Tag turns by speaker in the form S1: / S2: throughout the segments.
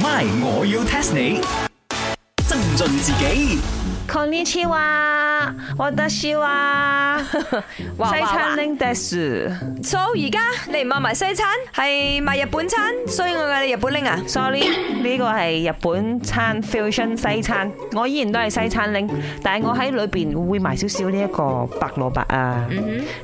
S1: My，我要 test 你。增進自己，
S2: こんにちは， 私は
S3: 哇
S2: 西
S3: 哇
S2: 餐廳です。
S3: So 而家你唔賣埋西餐，係賣日本餐，所以我嗌你日本拎啊！
S2: Sorry，呢個係日本餐 fusion 西餐，我依然都係西餐拎，但係我喺裏邊會埋少少呢一個白蘿蔔啊、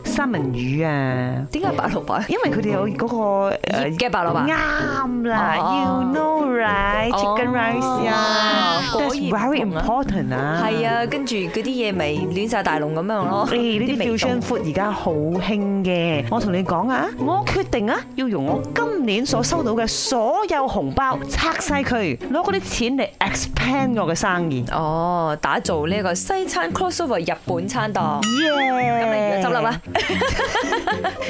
S2: 三文魚啊，
S3: 點解白蘿蔔？
S2: 因為佢哋有嗰個
S3: 醃嘅白蘿蔔
S2: 啱啦
S3: 哦
S2: ，you know right，chicken
S3: 哦
S2: rice 啊
S3: 果然
S2: ，that's very
S3: 唔同啊
S2: important 啊。
S3: 係啊，跟住嗰啲嘢咪亂晒大龍咁樣咯。
S2: 誒哎呢啲
S3: 味道嗯
S2: fusion food 而家好興嘅，我同你講啊，我決定啊，要用我今年所收到嘅所有紅包拆晒佢，攞嗰啲錢嚟 expand 我嘅生意。
S3: 哦，打造呢個西餐 crossover 日本餐檔。
S2: 耶！
S3: 咁你而家執笠啊 啦！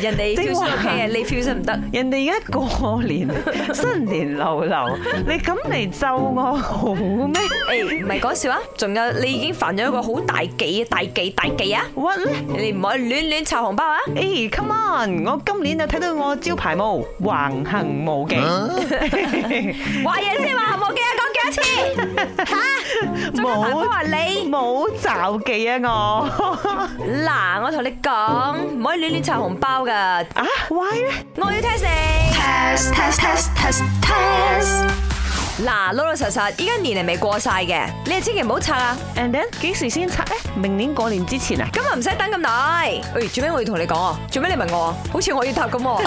S3: 人哋
S2: 即係
S3: fusion
S2: 話
S3: OK 嘅，你 fusion 唔得。
S2: 人哋而家過 年新年流流，你咁嚟咒我好咩
S3: 誒，唔係講笑啊！仲有你已經犯咗一個好大忌啊！大忌大忌啊！
S2: ？What 咧？
S3: 你唔可以亂亂拆紅包啊！
S2: 誒、c o m e on！我今年就睇到我招牌冇橫行無忌，
S3: 啊話嘢先嘛，冇記啊！講幾多 次？嚇！仲有凡哥話 你。
S2: 冇罩忌啊我
S3: 嗱，我同你講，唔可以亂亂拆紅包噶。
S2: 啊，why 咧？
S3: 我要 test 你。
S4: test test test test test
S3: 嗱，老老實實，依家年齡未過晒嘅，你哋千祈唔好拆啊！
S2: And then 幾時先拆咧？明年過年之前啊？
S3: 今日唔使等咁耐。喂，做咩我要同你講啊？做咩你問我啊？好似我要答咁 喎。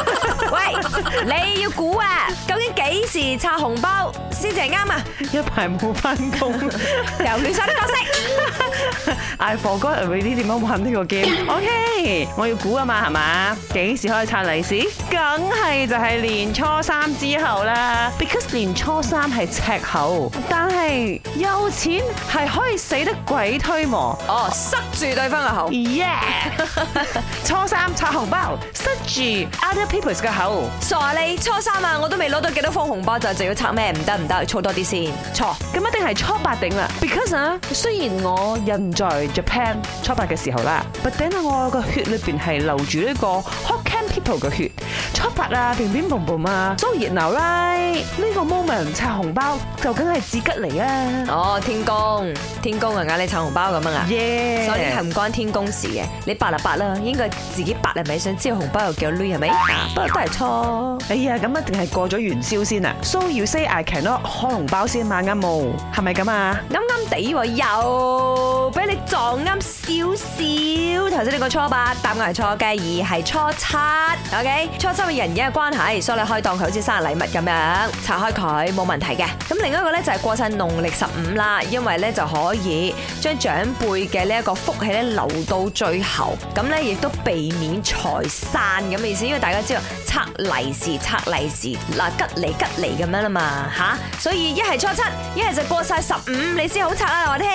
S3: 喂，你要估啊？究竟幾時拆紅包先至係啱啊？
S2: 一排冇翻工
S3: 又亂晒啲角色。
S2: ，I forgot already 點樣玩呢個 game？OK，我要估啊嘛，係嘛？幾時可以拆利是？梗係就係年初三之後啦，because 年初三係赤口，但係有錢係可以死得鬼推磨。
S3: 哦，塞住對方嘅口，
S2: Yeah，初三拆紅包，塞住 other people's 嘅口。
S3: 傻你初三啊，我都未攞到幾多封紅包就就要拆咩？唔得唔得，儲多啲先。錯。
S2: 咁一定係初八定啦，because 啊，雖然我人在 Japan 初八嘅時候啦，but then 啊我個血裏邊係流住呢個 Hokkien people 嘅血，初八啊，乒乒乓乓啊，so 熱鬧啦，呢個 moment 拆紅包就梗係至吉嚟啊，
S3: 哦，天公，天公啊，嗌你拆紅包咁樣啊？
S2: 耶！
S3: 所以係唔關天公事嘅，你八啊八啦，應該自己八係咪？想知道紅包又叫攣係咪？啊不過都係錯。
S2: 哎呀，咁一定係過咗元宵先啊，so you say I cannot 開紅包先嘛，啱冇？係咪咁啊？
S3: 啱啱地喎，又俾你撞啱少少。頭先你個初八，答案係錯嘅，而係初七。OK，初七嘅人嘅關係，所以你可以當佢好似生日禮物咁樣拆開佢冇問題嘅。咁另一個呢，就係過晒農曆十五啦，因為呢就可以將長輩嘅呢一個福氣呢留到最後，咁呢亦都避免財散咁嘅意思，因為大家知道拆利是拆利是嗱吉嚟吉嚟咁樣啦嘛吓，所以一係初七，一係就過晒十五，你先好拆啦，我聽。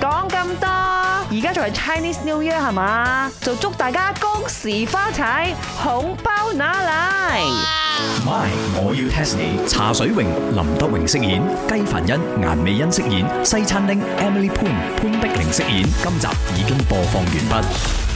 S2: 講咁多，而家仲係 Chinese New Year 係嘛？就祝大家恭喜發財，紅包拿嚟！
S1: My，我要 test 你。茶水榮、林德榮飾演，雞凡欣、顏美欣飾演，西餐廳 Emily Poon 潘碧玲飾演。今集已經播放完畢。